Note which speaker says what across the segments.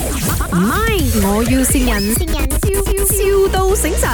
Speaker 1: 唔係，我要善人，笑笑到醒神。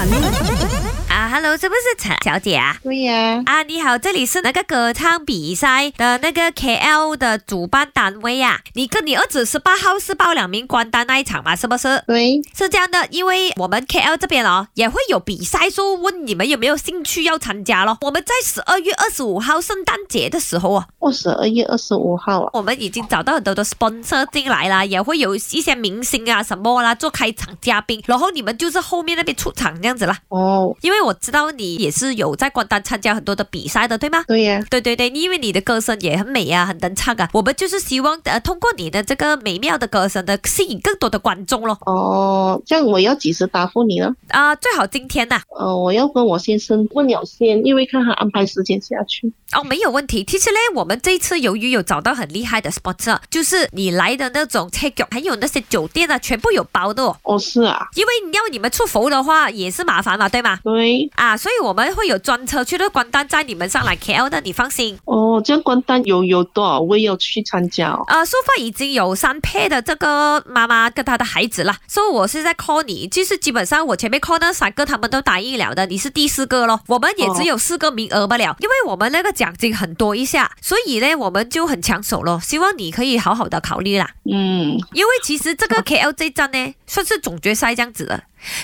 Speaker 2: 啊，Hello，这不是陈小姐啊？
Speaker 3: 对呀、
Speaker 2: 啊，你好，这里是那个歌唱比赛的那个 KL 的主办单位呀、啊。你跟你儿子十八号是报两名关单那一场嘛？是不是？
Speaker 3: 对，
Speaker 2: 是这样的，因为我们 KL 这边哦也会有比赛，说问你们有没有兴趣要参加咯。我们在十二月二十五号圣诞节的时候啊，
Speaker 3: 我哦十二月二十五号啊，
Speaker 2: 我们已经找到很多的 sponsor 进来啦，也会有一些明星啊什么啦做开场嘉宾，然后你们就是后面那边出场这样子啦。
Speaker 3: 哦，
Speaker 2: 因为我知道你也是有在关丹参加很多的比赛的，对吗？
Speaker 3: 对呀、
Speaker 2: 对对对，因为你的歌声也很美啊，很能唱啊，我们就是希望呃通过你的这个美妙的歌声呢，吸引更多的观众咯。
Speaker 3: 哦，这样我要几时答复你呢？
Speaker 2: 啊、最好今天呐、
Speaker 3: 呃，我要跟我先生问了先，因为看他安排时间下去。
Speaker 2: 哦，没有问题。其实呢，我们这一次由于有找到很厉害的 sponsor，就是你来的那种车脚，还有那些酒店啊，全部有包的、哦。
Speaker 3: 哦，是啊，
Speaker 2: 因为你要你们出埠的话也是麻烦嘛，对吗？
Speaker 3: 对，
Speaker 2: 啊，所以我们会有专车去到关丹载你们上来 KL 的，你放心。
Speaker 3: 哦，这样关单有有多少位要去参加、哦？
Speaker 2: 呃，说法已经有三配的这个妈妈跟她的孩子啦，所以我是在 call 你，就是基本上我前面 call 那三个他们都答应了的，你是第四个咯，我们也只有四个名额不了，因为我们那个奖金很多一下，所以呢我们就很抢手咯，希望你可以好好的考虑啦，
Speaker 3: 嗯，
Speaker 2: 因为其实这个 KL 这一站呢算是总决赛这样子的，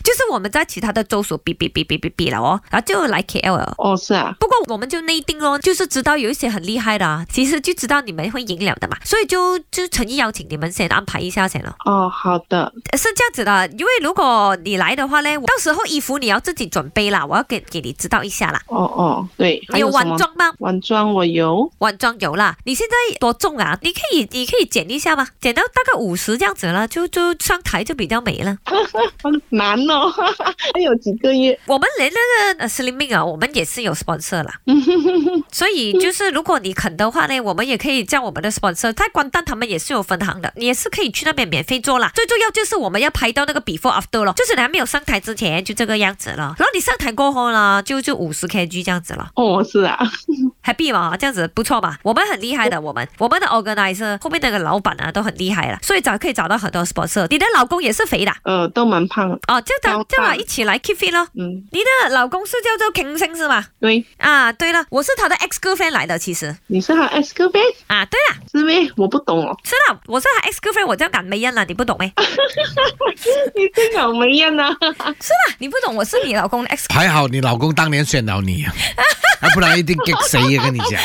Speaker 2: 就是我们在其他的州属比比比比比比了哦，然后就来 KL 了。
Speaker 3: 哦，是啊，
Speaker 2: 不过我们就内定咯，就是知道有一些很厉害的、啊，其实就知道你们会赢了的嘛，所以就就诚意邀请你们先安排一下先咯。
Speaker 3: 哦，好的，
Speaker 2: 呃是这样子的，因为如果你来的话呢，我到时候衣服你要自己准备啦，我要给给你指导一下啦。
Speaker 3: 哦哦，对，还
Speaker 2: 你有
Speaker 3: 有什
Speaker 2: 晚
Speaker 3: 么？
Speaker 2: 装吗？
Speaker 3: 晚装我有，
Speaker 2: 晚装有啦。你现在多重啊？你可以你可以减一下嘛，减到大概五十这样子啦，就就上台就比较美了。
Speaker 3: 难哦， 还有几个月，
Speaker 2: 我们连那个呃 slimming 啊，我们也是有 sponsor 啦。所以就是如果你肯的话呢，我们也可以叫我们的 sponsor，在关丹他们也是有分行的，你也是可以去那边免费做啦。最重要就是我们要拍到那个 before after 咯，就是你还没有上台之前就这个样子了，然后你上台过后呢，就就五十 kg 这样子了
Speaker 3: 哦，是啊，
Speaker 2: ，happy 嘛，这样子不错嘛，我们很厉害的，我们我们的 organizer 后面那个老板啊都很厉害了，所以找可以找到很多 sponsor。你的老公也是肥的
Speaker 3: 呃，都蛮胖的，
Speaker 2: 哦，这样
Speaker 3: 老
Speaker 2: 的这样啊
Speaker 3: 板
Speaker 2: 一起来 keep fit 咯。
Speaker 3: 嗯，
Speaker 2: 你的老公是叫做 King Sing 是吗？
Speaker 3: 对，
Speaker 2: 啊，对了，我是他的 ex girlfriend 来的，其实
Speaker 3: 你是他 S 哥呗，
Speaker 2: 啊，对啦，
Speaker 3: 是呗，我不懂哦，
Speaker 2: 是啦，我是他 ex girlfriend，我叫赶美人啦，你不懂诶，
Speaker 3: 你这个没样啊，
Speaker 2: 是啦，你不懂，我是你老公的 ex，
Speaker 4: 还好你老公当年选 了你，啊、不然一定激死啊！跟你讲，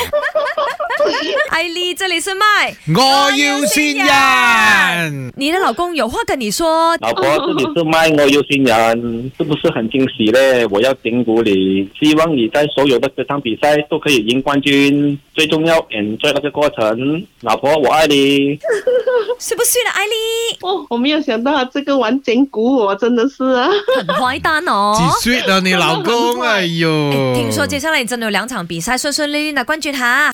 Speaker 2: 艾丽，这里是麦，
Speaker 4: 我要先人。
Speaker 2: 你的老公有话跟你说，
Speaker 5: 老婆，这里是卖我有新人，是不是很惊喜嘞？我要顶鼓你，希望你在所有的这场比赛都可以赢冠军。最重要，enjoy 那个过程。老婆，我爱你。
Speaker 2: 是不是啊呢？艾 丽
Speaker 3: 哦，我没有想到他这个玩整蛊我，真的是啊。
Speaker 2: 很坏蛋哦。
Speaker 4: 几岁了你 老公？哎呦，
Speaker 2: 诶听说接下来真的有两场比赛，顺顺利利拿冠军哈。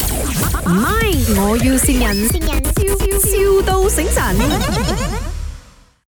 Speaker 1: 唔係，我要善人，笑笑到醒神。